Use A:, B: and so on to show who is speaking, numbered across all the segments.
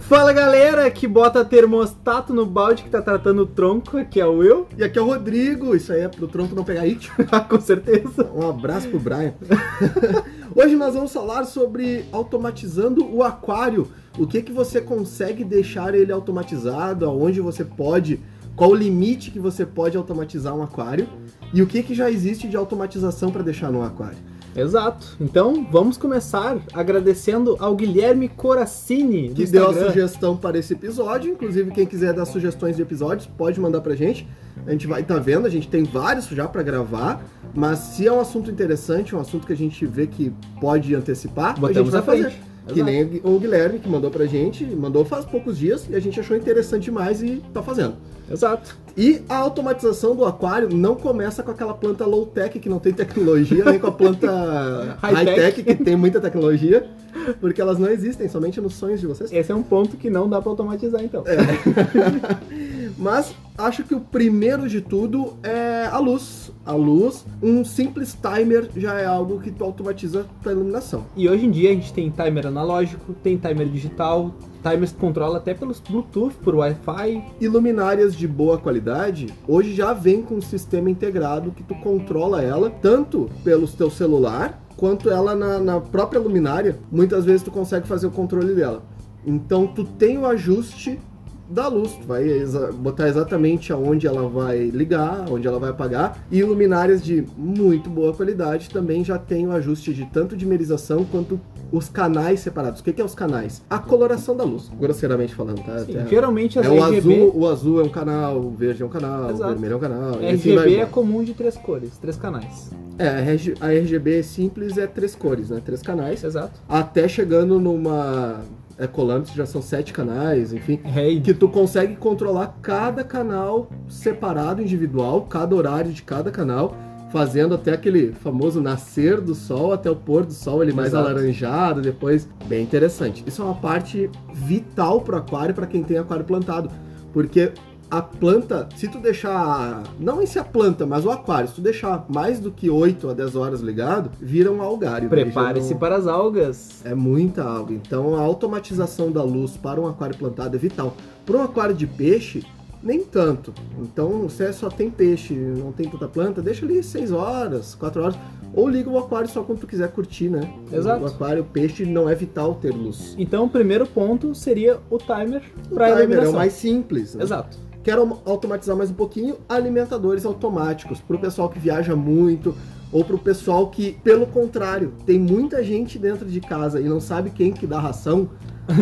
A: Fala galera que bota termostato no balde que tá tratando o tronco, aqui é o eu,
B: E aqui é o Rodrigo, isso aí é pro tronco não pegar it.
A: com certeza.
B: Um abraço pro Brian. Hoje nós vamos falar sobre automatizando o aquário. O que que você consegue deixar ele automatizado, aonde você pode, qual o limite que você pode automatizar um aquário e o que que já existe de automatização para deixar no aquário.
A: Exato. Então vamos começar agradecendo ao Guilherme Coracini, do
B: Que deu a
A: Instagram.
B: sugestão para esse episódio, inclusive quem quiser dar sugestões de episódios, pode mandar pra gente. A gente vai tá vendo, a gente tem vários já para gravar, mas se é um assunto interessante, um assunto que a gente vê que pode antecipar, a gente
A: Botamos
B: vai
A: na
B: fazer.
A: frente.
B: Que
A: Exato.
B: nem o Gui- o Guilherme, que mandou pra gente, mandou faz poucos dias e a gente achou interessante demais e tá fazendo.
A: Exato.
B: E a automatização do aquário não começa com aquela planta low-tech que não tem tecnologia, nem com a planta
A: High-tech.
B: high-tech que tem muita tecnologia, porque elas não existem, somente nos sonhos de vocês.
A: Esse é um ponto que não dá pra automatizar então.
B: É. Mas acho que o primeiro de tudo é a luz. A luz, um simples timer já é algo que tu automatiza tua iluminação.
A: E hoje em dia a gente tem timer analógico, tem timer digital, timers que controla até pelos Bluetooth, por Wi-Fi.
B: E luminárias de boa qualidade hoje já vem com um sistema integrado que tu controla ela tanto pelo teu celular quanto ela na, na própria luminária. Muitas vezes tu consegue fazer o controle dela. Então tu tem o ajuste da luz, tu vai exa- botar exatamente aonde ela vai ligar, onde ela vai apagar. E luminárias de muito boa qualidade também já tem o ajuste de tanto dimerização quanto os canais separados. O que, que é os canais? A coloração da luz, grosseiramente falando, tá?
A: Sim,
B: Até-
A: geralmente as
B: é o
A: RGB,
B: azul, o azul é um canal, o verde é um canal,
A: Exato.
B: o vermelho é um canal. e assim vai
A: RGB é
B: embora.
A: comum de três cores, três canais.
B: é, a RG a RGB simples é três cores, né? Três canais.
A: Exato.
B: Até chegando numa é colando já são sete canais, enfim,
A: É, e
B: que tu consegue controlar cada canal separado, individual, cada horário de cada canal. Fazendo até aquele famoso nascer do sol até o pôr do sol, ele mais
A: Exato.
B: alaranjado, depois. Bem interessante. Isso é uma parte vital pro aquário, para quem tem aquário plantado. Porque a planta, se tu deixar. Não em si a planta, mas o aquário, se tu deixar mais do que 8 a 10 horas ligado, vira um algário. né? Já
A: Prepare-se
B: não-
A: para as algas.
B: é muita alga. Então a automatização da luz para um aquário plantado é vital. Para um aquário de peixe, nem tanto. Então, se é só tem peixe, não tem tanta planta, deixa ali 6 horas, 4 horas. Ou liga o aquário só quando tu quiser curtir, né?
A: Exato.
B: O aquário, o peixe, não é vital ter luz.
A: Então, o primeiro ponto seria o timer
B: O
A: para
B: timer é
A: iluminação.
B: o mais simples. né?
A: Exato.
B: Quero automatizar mais um pouquinho alimentadores automáticos para o pessoal que viaja muito ou para o pessoal que, pelo contrário, tem muita gente dentro de casa e não sabe quem que dá ração.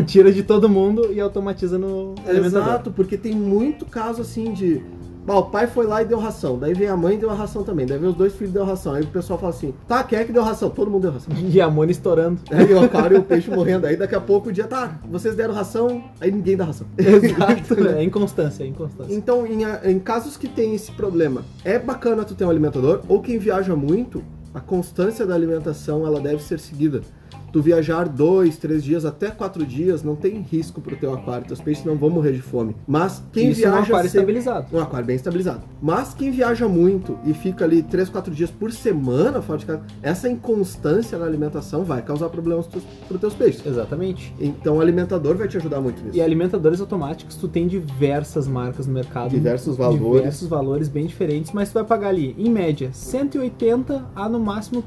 A: Tira de todo mundo e automatiza no alimentador.
B: Exato, porque tem muito caso assim de. Bom, o pai foi lá e deu ração, daí vem a mãe e deu a ração também, daí vem os dois filhos e deu ração. Aí o pessoal fala assim: tá, quem é que deu ração? Todo mundo deu ração.
A: E a Mona estourando.
B: Aí o aquário e o peixe morrendo. Aí daqui a pouco o dia, tá, vocês deram ração, aí ninguém dá ração.
A: Exato. É inconstância, é inconstância.
B: Então, em, a- em casos que tem esse problema, é bacana tu ter um alimentador, ou quem viaja muito, a constância da alimentação ela deve ser seguida. Tu viajar dois, três dias, até quatro dias, não tem risco pro teu aquário, teus peixes não vão morrer de fome. Mas quem
A: Isso é
B: viaja
A: um aquário
B: sempre-
A: estabilizado.
B: um aquário bem estabilizado. Mas quem viaja muito e fica ali 3, 4 dias por semana fora de casa, essa inconstância na alimentação vai causar problemas para os teus peixes.
A: Exatamente.
B: Então o alimentador vai te ajudar muito
A: E
B: nisso.
A: alimentadores automáticos, tu tem diversas marcas no mercado.
B: Diversos valores.
A: Diversos valores bem diferentes, mas tu vai pagar ali, em média, 180 a no máximo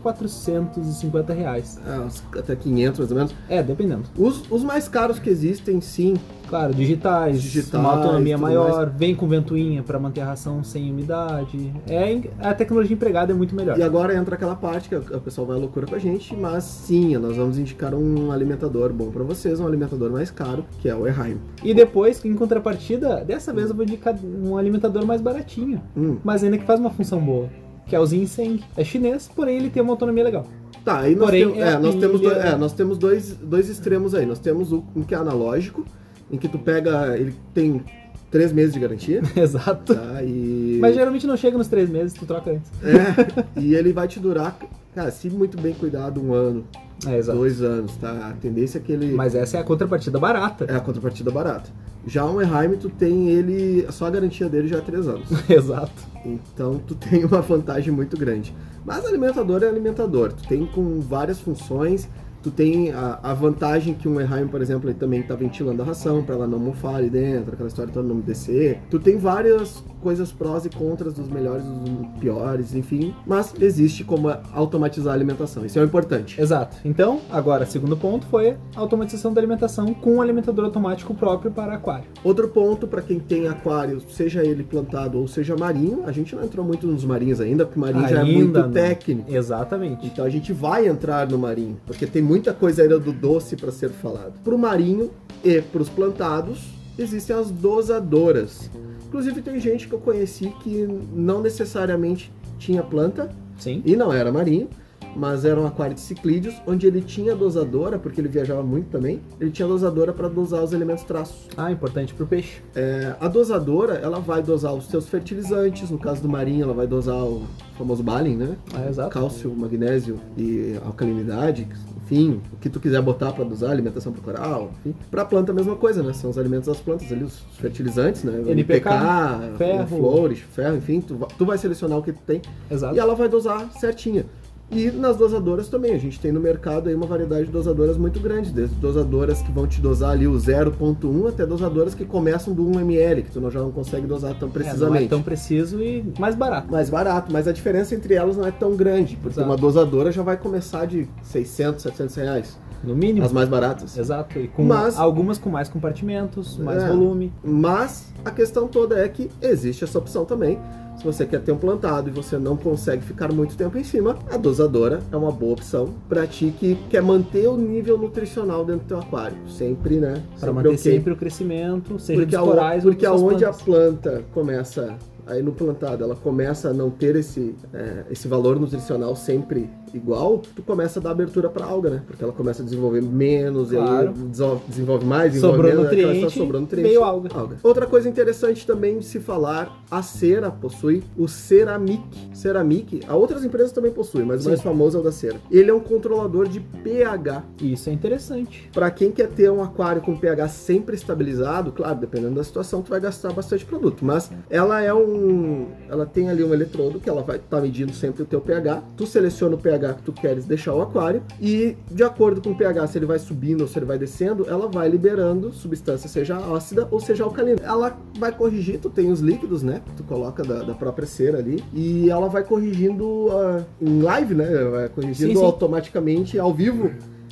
A: 450 reais.
B: ah, uns Até 500 mais ou menos.
A: É, dependendo.
B: Os, os mais caros que existem, sim.
A: Claro, digitais,
B: Digitais,
A: uma autonomia
B: tudo
A: maior, vem com ventoinha para manter a ração sem umidade. É, a tecnologia empregada é muito melhor.
B: E agora entra aquela parte que o pessoal vai à loucura com a gente, mas sim, nós vamos indicar um alimentador bom para vocês, um alimentador mais caro, que é o Erheim.
A: E depois, em contrapartida, dessa vez eu vou indicar um alimentador mais baratinho,
B: Hum.
A: mas ainda que faz uma função boa, que é o Ginseng. É chinês, porém ele tem uma autonomia legal.
B: Tá, aí nós,
A: Porém,
B: tem-
A: é
B: é, nós
A: a
B: temos,
A: pilha-
B: dois, é, nós temos dois, dois extremos aí. Nós temos o- um que é analógico, em que tu pega. Ele tem três meses de garantia,
A: Exato.
B: tá? E.
A: Mas geralmente não chega nos três meses, tu troca antes.
B: É, e ele vai te durar, cara, se muito bem cuidado, um ano,
A: É, exato.
B: dois anos, tá? A tendência é que ele.
A: Mas essa é a contrapartida barata.
B: É a contrapartida barata. Já um Erheim, tu tem ele. Só a garantia dele já é três anos.
A: Exato.
B: Então tu tem uma vantagem muito grande. Mas alimentador é alimentador, tu tem com várias funções, Tu tem a, a vantagem que um Eheim, por exemplo, ele também tá ventilando a ração pra ela não mofar ali dentro, aquela história toda não descer. Tu tem várias coisas prós e contras dos melhores e dos piores, enfim. Mas existe como automatizar a alimentação. Isso é o importante.
A: Exato. Então, agora, segundo ponto foi a automatização da alimentação com um alimentador automático próprio para aquário.
B: Outro ponto para quem tem aquário, seja ele plantado ou seja marinho, a gente não entrou muito nos marinhos ainda, porque marinho já é
A: Ainda
B: muito
A: não.
B: técnico.
A: Exatamente.
B: Então a gente vai entrar no marinho, porque tem muita coisa ainda do doce para ser falado. Pro marinho e pros plantados, existem as dosadoras. Inclusive tem gente que eu conheci que não necessariamente tinha planta,
A: Sim.
B: e não era marinho, mas era um aquário de ciclídeos, onde ele tinha dosadora, porque ele viajava muito também, ele tinha dosadora para dosar os elementos traços.
A: Ah, importante pro peixe.
B: É, a dosadora, ela vai dosar os seus fertilizantes, no caso do marinho, ela vai dosar o famoso balin, né?
A: Ah, exato.
B: Cálcio, magnésio e alcalinidade, enfim, o que tu quiser botar para dosar, alimentação pro coral, enfim. Pra planta a mesma coisa, né? São os alimentos das plantas ali, os fertilizantes, né?
A: NPK, ferro.
B: flores, ferro, enfim, tu va- tu vai selecionar o que tu tem
A: Exato.
B: e ela vai dosar certinha. E nas dosadoras também, a gente tem no mercado aí uma variedade de dosadoras muito grande, desde dosadoras que vão te dosar ali o 0.1 até dosadoras que começam do 1 ml, que tu não- já não consegue dosar
A: É,
B: tão
A: não
B: precisamente.
A: é tão preciso e mais barato.
B: Mais barato, mas a diferença entre elas não é tão grande, porque
A: Exato.
B: uma dosadora já vai começar de 600, 700 reais,
A: No mínimo.
B: as mais baratas.
A: Exato. E com
B: Mas-
A: algumas com mais compartimentos, mais
B: É.
A: volume.
B: Mas a questão toda é que existe essa opção também. Se você quer ter um plantado e você não consegue ficar muito tempo em cima, a dosadora é uma boa opção para ti que quer manter o nível nutricional dentro do teu aquário. Sempre, né?
A: Para
B: Sempre
A: manter
B: ok.
A: sempre o crescimento, seja
B: Porque,
A: dos
B: ao-
A: corais ou
B: porque
A: das
B: aonde a
A: plantas.
B: planta começa, aí no plantado, ela começa a não ter esse, é, esse valor nutricional sempre igual, tu começa a dar abertura para alga, né? Porque ela começa a desenvolver menos,
A: Claro.
B: e aí deso- desenvolve mais, desenvolve
A: Sobrou
B: menos, aí ela
A: nutriente,
B: só sobrou nutriente.
A: veio alga.
B: Alga. Outra coisa interessante também de se falar, a cera possui o Ceramic. Ceramic, a outras empresas também possuem, mas
A: Sim.
B: o mais famoso é o da cera. Ele é um controlador de pH.
A: Isso é interessante.
B: Pra quem quer ter um aquário com pH sempre estabilizado, claro, dependendo da situação, tu vai gastar bastante produto, mas ela é um, ela tem ali um eletrodo que ela vai estar medindo sempre o teu pH. Tu seleciona o pH que tu queres deixar o aquário e de acordo com o pH, se ele vai subindo ou se ele vai descendo, ela vai liberando substância, seja ácida ou seja alcalina. Ela vai corrigir, tu tem os líquidos, né? que Tu coloca da, da própria cera ali e ela vai corrigindo ah, em live, né? Vai corrigindo
A: Sim, sim.
B: automaticamente ao vivo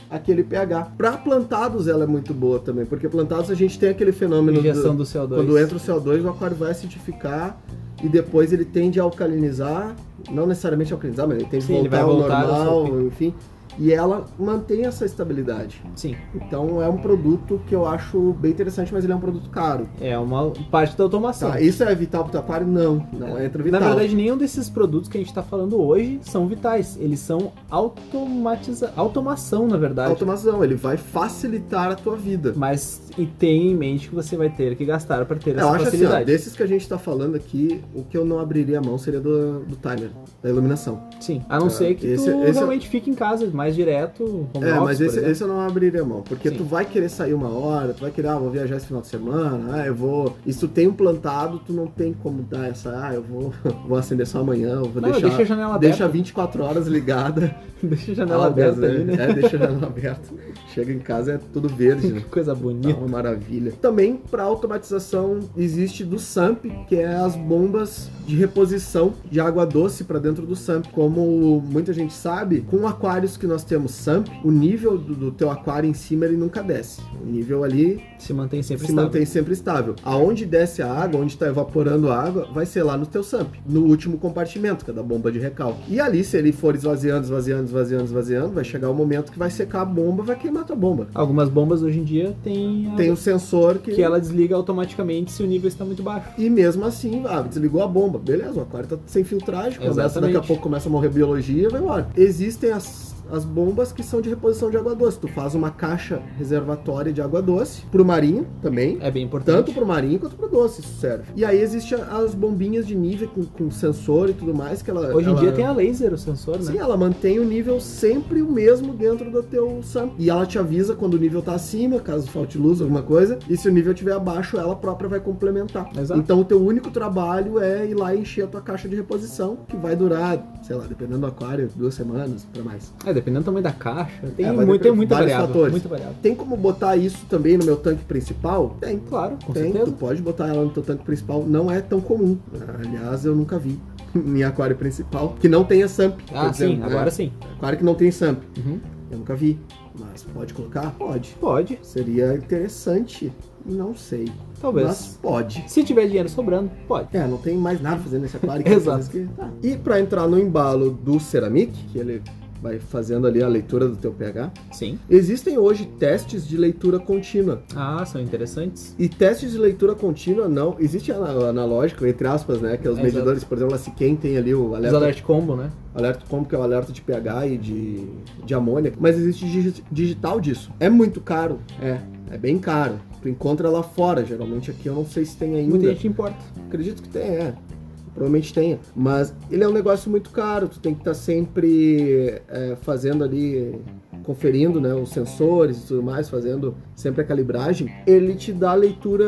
B: aquele pH. Para plantados ela é muito boa também, porque plantados a gente tem aquele fenômeno
A: Injeção do
B: do,
A: CO2.
B: quando entra o CO2, o aquário vai acidificar e depois ele tende a alcalinizar, não necessariamente alcalinizar, mas ele tende
A: Sim,
B: a
A: ele
B: voltar
A: vai
B: ao
A: voltar ao
B: normal,
A: seu
B: enfim. E ela mantém essa estabilidade.
A: Sim.
B: Então é um produto que eu acho bem interessante, mas ele é um produto caro.
A: É uma parte da automação.
B: Tá, isso é vital pro aquário? Não, não entra
A: Na
B: vital.
A: verdade, nenhum desses produtos que a gente está falando hoje são vitais. Eles são automatiza... automação, na verdade.
B: automação, ele vai facilitar a tua vida.
A: Mas e tenha em mente que você vai ter que gastar para ter
B: Eu
A: essa
B: acho assim, ó,
A: facilidade.
B: desses que a gente tá falando aqui, o que eu não abriria a mão seria do, do timer, da iluminação.
A: Sim. A não
B: Ah,
A: ser que
B: esse-
A: tu
B: esse é-
A: realmente fique em casa mais direto. home
B: é,
A: office,
B: mas
A: por
B: esse,
A: exemplo.
B: esse eu não abriria a mão, porque
A: Sim.
B: tu vai querer sair uma hora, tu vai querer, ah, vou viajar esse final de semana, ah, eu vou... E se tu tem um plantado, tu não tem como dar essa, ah, eu vou, vou acender só amanhã, eu vou
A: Não,
B: deixar...
A: deixa a janela
B: Deixa
A: aberta.
B: 24 horas ligada.
A: Deixa a janela
B: Ah,
A: aberta
B: né?
A: ali, né?
B: É, deixa a janela aberta. Chega em casa, é tudo verde, né?
A: Que coisa
B: Tá
A: bonita.
B: uma maravilha. Também para automatização existe do SAMP, que é as bombas de reposição de água doce para dentro do SAMP. Como muita gente sabe, com aquários que nós temos SAMP, o nível do, do teu aquário em cima ele nunca desce. O nível ali
A: Se mantém sempre
B: se
A: estável.
B: mantém sempre estável. Aonde desce a água, onde está evaporando a água, vai ser lá no teu SAMP, no último compartimento, que é da bomba de recalque. E ali, se ele for esvaziando, esvaziando, esvaziando, esvaziando, vai chegar o momento que vai secar a bomba, vai queimar tua bomba.
A: Algumas bombas hoje em dia têm a-
B: Tem o sensor que,
A: que ela desliga automaticamente se o nível está muito baixo.
B: E mesmo assim, ah, desligou a bomba. Beleza, o aquário tá sem filtragem. Começa,
A: Exatamente.
B: daqui a pouco começa a morrer biologia, vai embora. Existem as, as bombas que são de reposição de água doce. Tu faz uma caixa reservatória de água doce pro marinho também.
A: É bem importante.
B: Tanto pro marinho quanto pro doce, isso serve. E aí existem as bombinhas de nível com, com sensor e tudo mais que ela.
A: Hoje em
B: ela-
A: dia tem a laser, o sensor, né?
B: Sim, ela mantém o nível sempre o mesmo dentro do teu SAMP. E ela te avisa quando o nível tá acima, caso falte luz, alguma coisa. E se o nível estiver abaixo, ela própria vai complementar.
A: Exato.
B: Então o teu único trabalho é ir lá e encher a tua caixa de reposição, que vai durar, sei lá, dependendo do aquário, duas semanas pra mais.
A: É, É, dependendo do tamanho da caixa. Tem,
B: É, vai
A: muito, tem
B: depender-
A: muita
B: vários
A: variável.
B: fatores.
A: Muita variável.
B: Tem como botar isso também no meu tanque principal? Tem.
A: Claro, com
B: Tem, tu
A: certeza.
B: pode botar ela no teu tanque principal, não é tão comum. Aliás, eu nunca vi em aquário principal que não tenha SAMP. tô
A: Ah, sim,
B: dizendo, né?
A: agora sim.
B: Aquário que não tem SAMP,
A: Uhum.
B: eu nunca vi. Mas pode colocar? Pode.
A: Pode,
B: Seria interessante, não sei.
A: talvez.
B: Mas pode.
A: Se tiver dinheiro sobrando, pode.
B: É, não tem mais nada fazendo nesse aquário.
A: Exato.
B: Que... tá. E pra entrar no embalo do Ceramic, que ele vai fazendo ali a leitura do teu pH,
A: Sim.
B: existem hoje testes de leitura contínua.
A: Ah, são interessantes.
B: E testes de leitura contínua não. Existe ana- analógico, entre aspas, né? Que é os
A: Exato.
B: medidores, por exemplo, a Siquem tem ali o
A: Os
B: alerta, alerta.
A: alert combo, né?
B: como que é o alerta de pH e de, de amônia. Mas existe digi- digital disso. É muito caro. É, é bem caro. Tu encontra lá fora, geralmente aqui eu não sei se tem ainda.
A: Muita gente importa.
B: Acredito que tem, é. Provavelmente tenha. Mas ele é um negócio muito caro. Tu tem que estar sempre é, fazendo ali, conferindo né, os sensores e tudo mais, fazendo sempre a calibragem. Ele te dá a leitura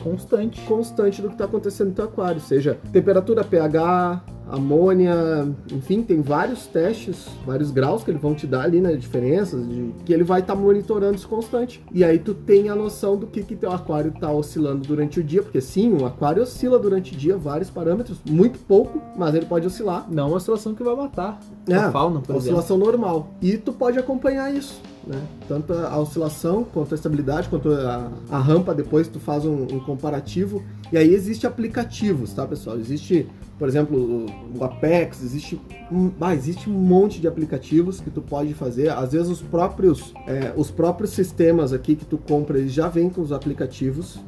A: Constante.
B: constante do que está acontecendo no teu aquário, seja temperatura, pH, amônia, enfim, tem vários testes, vários graus que eles vão te dar ali, né, diferenças, de, que ele vai estar monitorando isso constante. E aí tu tem a noção do que que teu aquário está oscilando durante o dia, porque sim, um aquário oscila durante o dia vários parâmetros, muito pouco, mas ele pode oscilar.
A: Não uma oscilação que vai matar
B: É,
A: a fauna, por exemplo.
B: oscilação normal. E tu pode acompanhar isso, né? Tanto a a oscilação, quanto a estabilidade, quanto a, a rampa, depois tu faz um, um comparativo. E aí existe aplicativos, tá, pessoal? Existe, por exemplo, o- o Apex, existe um, ah, existe um monte de aplicativos que tu pode fazer. Às vezes os próprios, é, os próprios sistemas aqui que tu compra, eles já vêm com os aplicativos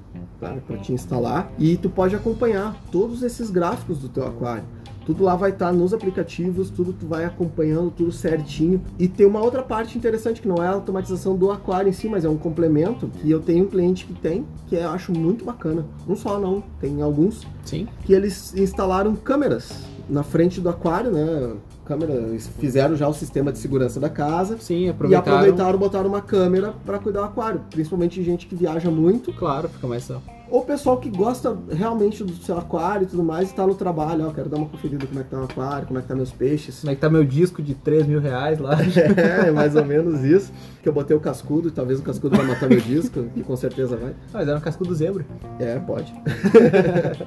B: tá, para te instalar. E tu pode acompanhar todos esses gráficos do teu aquário. Tudo lá vai estar nos aplicativos, tudo tu vai acompanhando, tudo certinho. E tem uma outra parte interessante que não é a automatização do aquário em si, mas é um complemento que eu tenho um cliente que tem, que eu acho muito bacana. Um só não, tem alguns
A: Sim.
B: que eles instalaram câmeras na frente do aquário, né? Câmera, eles fizeram já o sistema de segurança da casa
A: Sim,
B: e
A: aproveitaram.
B: aproveitaram botaram uma câmera para cuidar do aquário, principalmente gente que viaja muito
A: Claro, fica mais só.
B: ou pessoal que gosta realmente do seu aquário e tudo mais, e tá no trabalho, ó, quero dar uma conferida como é que tá o aquário, como é que tá meus peixes.
A: Como é que tá meu disco de 3 mil reais lá?
B: é, é mais ou menos isso. Que eu botei o cascudo, talvez o cascudo vai matar meu disco, que com certeza vai.
A: Mas era um cascudo zebra.
B: É, pode.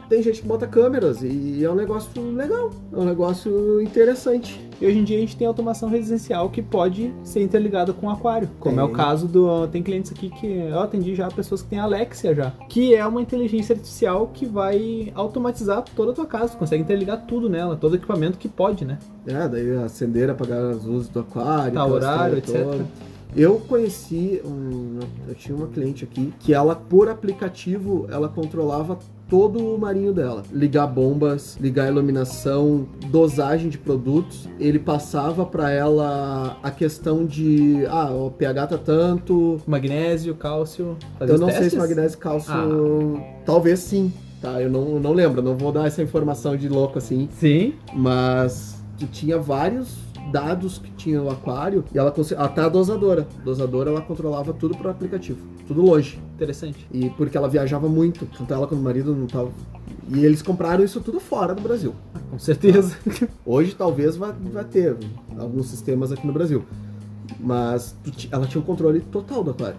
B: Tem gente que bota câmeras e é um negócio legal, é um negócio interessante.
A: E hoje em dia a gente tem automação residencial que pode ser interligada com o aquário. Como é o
B: Tem.
A: caso do. Tem clientes aqui que. Eu atendi já pessoas que têm Alexia já. Que é uma inteligência artificial que vai automatizar toda a tua casa. Tu consegue interligar tudo nela, todo equipamento que pode, né?
B: É, daí acender, apagar as luzes do aquário,
A: Tá,
B: aquela
A: horário,
B: história
A: etc.
B: Eu conheci, um, eu tinha uma cliente aqui que ela, por aplicativo, ela controlava todo o marinho dela. Ligar bombas, ligar iluminação, dosagem de produtos. Ele passava pra ela a questão de, ah, o pH tá tanto.
A: Magnésio, cálcio. fazer
B: Eu
A: os
B: não sei
A: testes? Ah.
B: se magnésio e cálcio, talvez sim, tá? Eu não, não lembro, não vou dar essa informação de louco assim
A: Sim.
B: mas que tinha vários dados que tinha no aquário e ela conseguia até a dosadora. A dosadora ela controlava tudo pro aplicativo, tudo longe.
A: Interessante.
B: E porque ela viajava muito, tanto ela quanto o marido não tava. E eles compraram isso tudo fora do Brasil.
A: Com certeza.
B: Hoje talvez vá, vá ter alguns sistemas aqui no Brasil. Mas tu ti- ela tinha o controle total do aquário.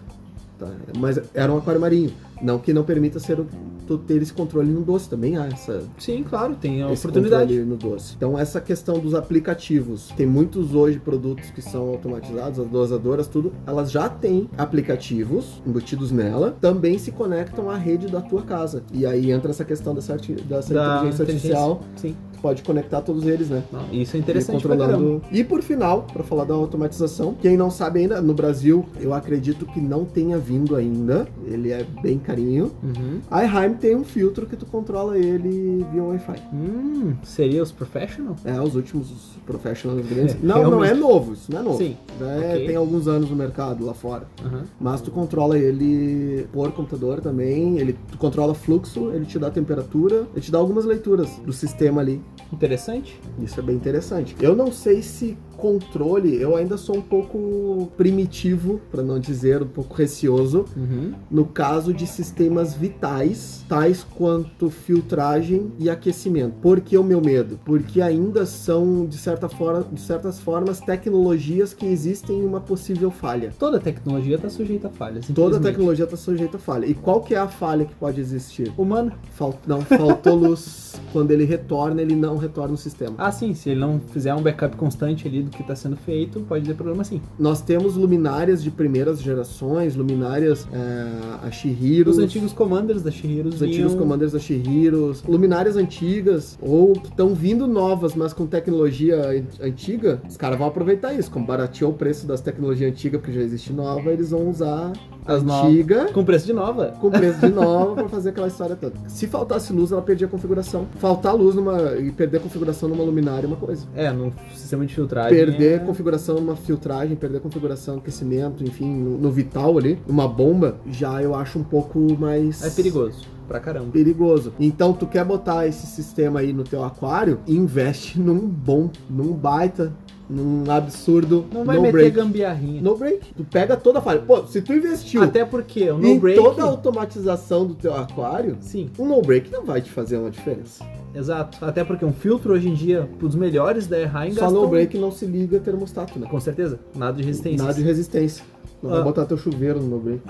B: tá? Mas era um aquário marinho. Não que não permita ser, o- tu ter esse controle no doce também, há essa,
A: Sim, claro, tem a
B: Ah. esse
A: oportunidade.
B: controle no doce. Então essa questão dos aplicativos, tem muitos hoje produtos que são automatizados, as dosadoras, tudo, elas já têm aplicativos embutidos nela, também se conectam à rede da tua casa. E aí entra essa questão dessa, arti- dessa
A: Da
B: inteligência artificial,
A: Sim.
B: tu pode conectar todos eles, né?
A: Não, isso é
B: E
A: interessante pra caramba.
B: controlando. E por final, para falar da automatização, quem não sabe ainda, no Brasil, eu acredito que não tenha vindo ainda. Ele é bem carinho.
A: Uhum.
B: A Eheim tem um filtro que tu controla ele via Wi-Fi.
A: Hum, seria os professional?
B: É, os últimos professionals grandes.
A: É,
B: não, não é novo, isso não é novo.
A: Sim.
B: É,
A: ok. Uhum.
B: Tem alguns anos no mercado lá fora.
A: Aham.
B: Mas tu controla ele por computador também, ele tu controla fluxo, ele te dá temperatura, ele te dá algumas leituras do sistema ali.
A: Interessante.
B: Isso é bem interessante. Eu não sei se controle, eu ainda sou um pouco primitivo, para não dizer um pouco receoso,
A: Uhum.
B: no caso de sistemas vitais, tais quanto filtragem e aquecimento. Por que o meu medo? Porque ainda são, de, certa forma, de certas formas, tecnologias que existem uma possível falha.
A: Toda tecnologia está sujeita a falhas.
B: Toda
A: infelizmente.
B: tecnologia está sujeita a falha. E qual que é a falha que pode existir?
A: humana.
B: Fal- não, faltou luz. Quando ele retorna, ele não retorna no sistema.
A: Ah, sim, se ele não fizer um backup constante ali do que está sendo feito, pode ter problema sim.
B: Nós temos luminárias de primeiras gerações, luminárias é, a Shihiro,
A: Os antigos commanders da Shihiro
B: os antigos commanders da Shihiro, luminárias antigas ou que estão vindo novas, mas com tecnologia an- antiga, os caras vão aproveitar isso. Como barateou o preço das tecnologias antigas, porque já existe nova, eles vão usar a
A: As novas.
B: antiga
A: com preço de nova.
B: com preço de nova pra fazer aquela história toda. Se faltasse luz, ela perdia a configuração. Faltar luz numa, e perder a configuração numa luminária é uma coisa.
A: É, no sistema de filtragem.
B: Perder
A: é...
B: configuração numa filtragem, perder configuração no aquecimento, enfim, no, no vital ali, uma bomba, já eu acho um pouco mais.
A: é perigoso. Pra caramba.
B: Perigoso. Então, tu quer botar esse sistema aí no teu aquário, investe num bom, num baita, num absurdo.
A: Não vai
B: no
A: meter
B: break.
A: gambiarrinha.
B: No break. Tu pega toda a falha. Pô, se tu investiu
A: Até porque o
B: em
A: no break.
B: toda a automatização do teu aquário,
A: Sim,
B: um no break não vai te fazer uma diferença.
A: exato. Até porque um filtro hoje em dia, dos melhores da Errain,
B: Só no break não se liga termostato, né?
A: Com certeza, nada de resistência.
B: Nada de resistência. Não
A: Ah.
B: vai botar teu chuveiro no no break.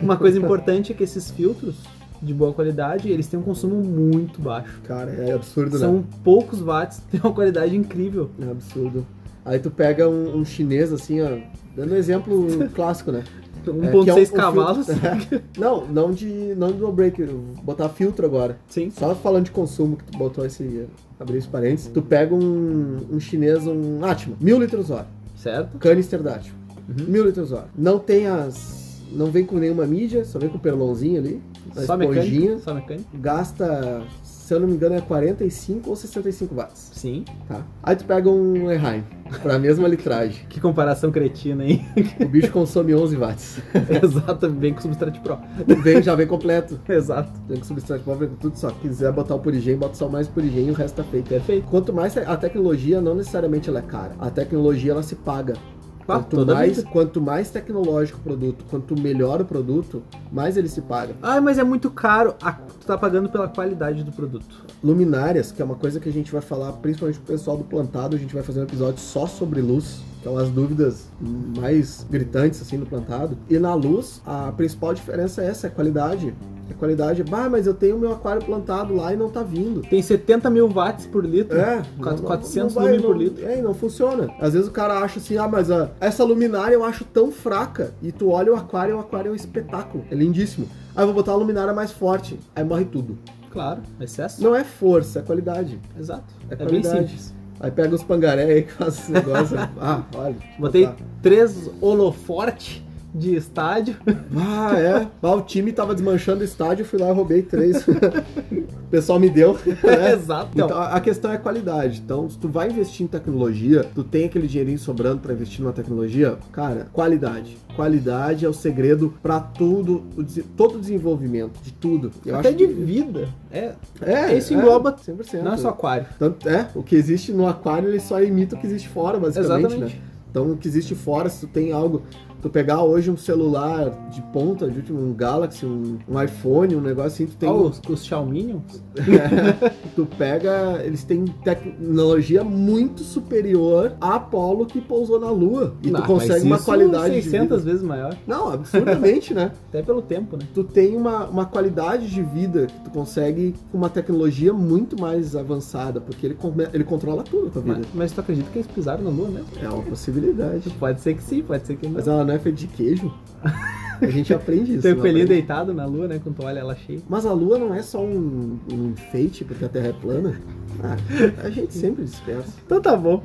A: Uma coisa importante é que esses filtros de boa qualidade, eles têm um consumo muito baixo.
B: Cara, é absurdo, né?
A: São poucos watts, tem uma qualidade incrível.
B: É absurdo. Aí tu pega um, um chinês assim, ó. Dando um exemplo clássico, né? É, que é um-
A: 1.6
B: um
A: cavalos. assim,
B: filtro- não, não de. não do break, eu vou botar filtro agora.
A: Sim.
B: Só falando de consumo que tu botou esse. Abrir esse parênteses. Tu pega um, um chinês, um Atma, mil litros hora.
A: Certo?
B: Canister da Atma.
A: Uhum.
B: Mil litros hora. Não tem as. Não vem com nenhuma mídia, só vem com o perlonzinho ali. A
A: Só
B: esponjinha.
A: mecânico? Só mecânico?
B: Gasta, se eu não me engano, é 45 ou 65 watts.
A: Sim.
B: Tá. Aí tu pega um Erheim, pra mesma litragem.
A: Que comparação cretina, hein?
B: O bicho consome 11 watts.
A: Exato, bem com substrato pro.
B: Vem, já vem completo.
A: Exato.
B: Tem que substrato pobre com tudo só. Quiser botar o purigem, bota só mais purigem e o resto tá feito.
A: Perfeito.
B: Quanto mais a tecnologia, não necessariamente ela é cara. A tecnologia ela se paga.
A: Ah,
B: Quanto
A: toda
B: mais,
A: vida.
B: quanto mais tecnológico o produto, quanto melhor o produto, mais ele se paga.
A: Ah, mas é muito caro. Ah, tu tá pagando pela qualidade do produto.
B: Luminárias, que é uma coisa que a gente vai falar, principalmente pro pessoal do plantado, a gente vai fazer um episódio só sobre luz, que é umas dúvidas mais gritantes assim no plantado. E na luz, a principal diferença é essa, é a qualidade. A qualidade, bah, mas eu tenho meu aquário plantado lá e não tá vindo.
A: Tem 70 mil watts por litro.
B: É,
A: Quatro- 400
B: vai,
A: lumen por litro.
B: É, e não funciona. Às vezes o cara acha assim, ah, mas ah, essa luminária eu acho tão fraca. E tu olha o aquário, o aquário é um espetáculo, é lindíssimo. Aí eu vou botar uma luminária mais forte, aí morre tudo.
A: Claro, excesso.
B: Não é força, é qualidade.
A: Exato.
B: É
A: É, bem
B: qualidade.
A: simples.
B: Aí pega os pangaré aí que faz esse negócio. ah, olha. deixa eu
A: Botei
B: botar.
A: três holoforte de estádio.
B: Ah, é. Ah, o time tava desmanchando o estádio, fui lá e roubei três. o pessoal me deu. né?
A: Exato.
B: Então, a a questão é qualidade. Então, se tu vai investir em tecnologia, tu tem aquele dinheirinho sobrando pra investir numa tecnologia, cara, qualidade. Qualidade é o segredo pra tudo, o dese- todo o desenvolvimento, de tudo. Eu
A: Até
B: acho
A: de
B: que-
A: vida. É,
B: É,
A: isso engloba-
B: 100%.
A: não é só aquário.
B: Tanto, é, o que existe no aquário, ele só imita o que existe fora, basicamente, né?
A: Exatamente.
B: Então, o que existe fora, se tu tem algo. Tu pegar hoje um celular de ponta, de último, um Galaxy, um, um iPhone, um negócio assim, tu tem.
A: Ó, os, os né? Xiaominions.
B: tu pega. Eles têm tecnologia muito superior à Apollo que pousou na Lua. E
A: Ah,
B: tu
A: mas
B: consegue uma
A: isso
B: qualidade. de
A: 600
B: vida.
A: vezes maior.
B: Não, absurdamente, né?
A: Até pelo tempo, né?
B: Tu tem uma, uma qualidade de vida que tu consegue com uma tecnologia muito mais avançada, porque ele, come- ele controla tudo a tua vida.
A: Mas, mas tu acredita que eles pisaram na lua mesmo?
B: É uma possibilidade.
A: Pode ser que sim, pode ser que não.
B: Mas ela não é feita de queijo? A gente aprende isso.
A: Tem o
B: não
A: coelhinho
B: aprende?
A: deitado na lua, né? Quando tu olha ela cheia.
B: Mas a Lua não é só um, um enfeite porque a Terra é plana? Ah, a gente sempre dispersa.
A: Então tá bom.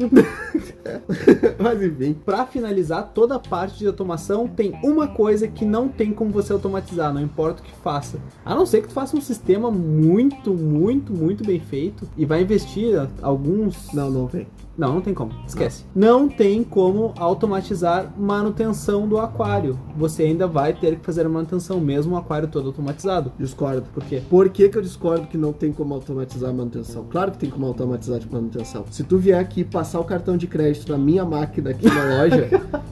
B: Mas enfim.
A: Pra finalizar toda a parte de automação, tem uma coisa que não tem como você automatizar, não importa o que faça. A não ser que tu faça um sistema muito, muito, muito bem feito e vai investir ó, alguns.
B: Não, não tem.
A: Não, não tem como. Esquece. Não tem como automatizar manutenção do aquário. Você ainda vai vai ter que fazer a manutenção, mesmo o aquário todo automatizado.
B: Discordo.
A: Por quê?
B: Por que, que eu discordo que não tem como automatizar a manutenção? Claro que tem como automatizar de manutenção. Se tu vier aqui e passar o cartão de crédito na minha máquina aqui na loja,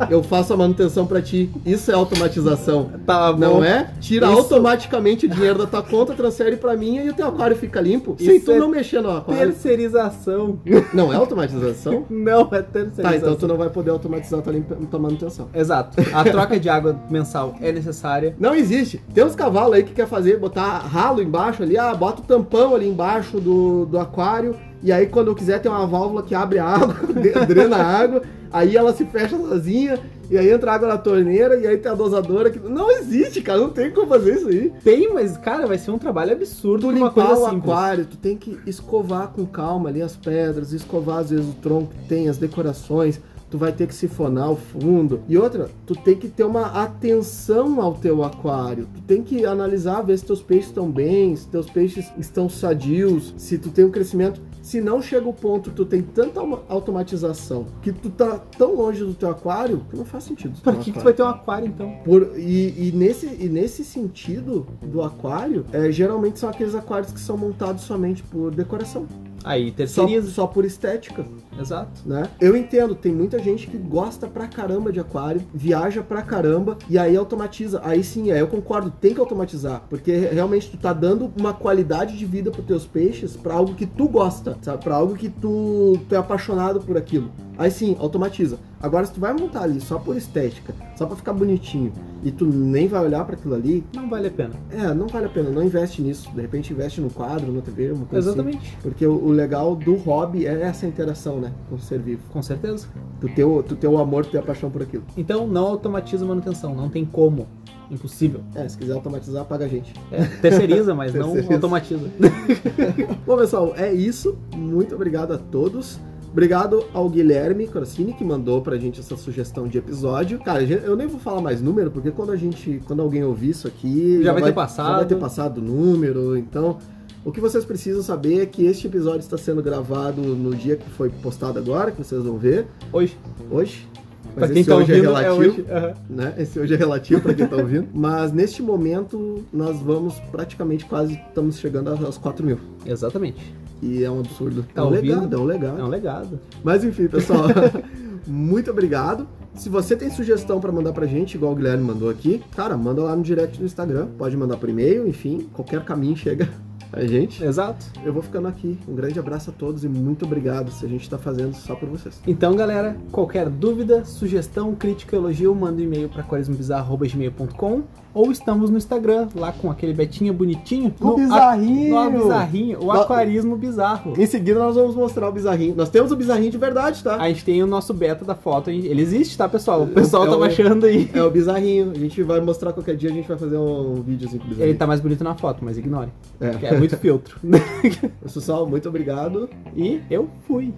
B: eu faço a manutenção pra ti. Isso é automatização.
A: Tá
B: Não é? Tira
A: Isso-
B: automaticamente o dinheiro da tua conta, transfere pra minha e o teu aquário fica limpo. Sem
A: Isso
B: tu
A: é
B: não mexer no aquário.
A: Terceirização.
B: Não é automatização?
A: Não, é
B: Tá, então tá.
A: terceirização.
B: tu não vai poder automatizar tua, limpa- tua manutenção.
A: Exato. A troca de água mensal é necessária.
B: Não existe. Tem uns cavalos aí que quer fazer, botar ralo embaixo ali, ah, bota o tampão ali embaixo do, do aquário, e aí quando eu quiser tem uma válvula que abre a água, de- drena a água, aí ela se fecha sozinha, e aí entra água na torneira, e aí tem a dosadora que. Não existe, cara, não tem como fazer isso aí.
A: Tem, mas, cara, vai ser um trabalho absurdo
B: Tu
A: pra uma
B: limpar
A: coisa
B: o
A: simples.
B: aquário, tu tem que escovar com calma ali as pedras, escovar às vezes o tronco que tem, as decorações, tu vai ter que sifonar o fundo. E outra, tu tem que ter uma atenção ao teu aquário. Tu tem que analisar, ver se teus peixes estão bem, se teus peixes estão sadios, se tu tem um crescimento. Se não chega o ponto que tu tem tanta uma- automatização que tu tá tão longe do teu aquário, que não faz sentido. tu ter
A: Pra
B: um
A: que, que tu
B: aquário.
A: vai ter um aquário, então?
B: Por- e, e nesse, e nesse sentido do aquário, é, geralmente são aqueles aquários que são montados somente por decoração.
A: Aí,
B: Só,
A: terceiriza.
B: só por estética,
A: Exato.
B: né? Eu entendo, tem muita gente que gosta pra caramba de aquário, viaja pra caramba e aí automatiza. Aí sim, é, eu concordo, tem que automatizar. Porque realmente tu tá dando uma qualidade de vida pros teus peixes pra algo que tu gosta, sabe? Pra algo que tu, tu é apaixonado por aquilo. Aí sim, automatiza. Agora, se tu vai montar ali só por estética, só pra ficar bonitinho, e tu nem vai olhar pra aquilo ali,
A: Não vale a pena.
B: é, não vale a pena, não investe nisso. De repente investe no quadro, na TV, uma coisa assim.
A: Exatamente.
B: Porque o, o legal do hobby é essa interação, né? Com o ser vivo.
A: Com certeza.
B: Tu ter o, tu ter o amor, tu ter a paixão por aquilo.
A: Então, não automatiza a manutenção. Não tem como. Impossível.
B: É, se quiser automatizar, paga a gente.
A: É, terceiriza, mas não
B: Terceiriza.
A: automatiza.
B: Bom, pessoal, é isso. Muito obrigado a todos. Obrigado ao Guilherme Crocini que mandou pra gente essa sugestão de episódio. Cara, já- eu nem vou falar mais número, porque quando a gente. Quando alguém ouvir isso aqui.
A: Já vai ter passado.
B: Já vai ter passado o número, então. O que vocês precisam saber é que este episódio está sendo gravado no dia que foi postado agora, que vocês vão ver,
A: Hoje.
B: hoje.
A: pra quem tá ouvindo, é, hoje. Aham.
B: né? Esse hoje é relativo para quem tá ouvindo. Mas neste momento nós vamos praticamente quase estamos chegando aos 4 mil.
A: Exatamente.
B: E é um absurdo.
A: Tá
B: é um
A: ouvindo?
B: legado, é um legado.
A: É um legado.
B: Mas enfim, pessoal, muito obrigado. Se você tem sugestão para mandar pra gente, igual o Guilherme mandou aqui, cara, manda lá no direct do Instagram, pode mandar por e-mail, enfim, qualquer caminho chega a gente.
A: Exato.
B: Eu vou ficando aqui. Um grande abraço a todos e muito obrigado se a gente tá fazendo só por vocês.
A: Então, galera, qualquer dúvida, sugestão, crítica, elogio, manda um e-mail para quaresmobizarro.gmail.com ou estamos no Instagram, lá com aquele betinha bonitinho. no a-
B: bizarrinho!
A: No bizarrinho, o
B: No-
A: aquarismo bizarro.
B: Em seguida nós vamos mostrar o bizarrinho. Nós temos o bizarrinho de verdade, tá?
A: A gente tem o nosso beta da foto, hein? ele existe, tá, pessoal? O pessoal
B: É
A: tá
B: o-
A: baixando aí.
B: É o bizarrinho. A gente vai mostrar qualquer dia, a gente vai fazer um vídeo assim com o
A: Ele
B: bizarrinho.
A: tá mais bonito na foto, mas ignore.
B: É.
A: porque É muito filtro.
B: Pessoal, muito obrigado.
A: E eu fui.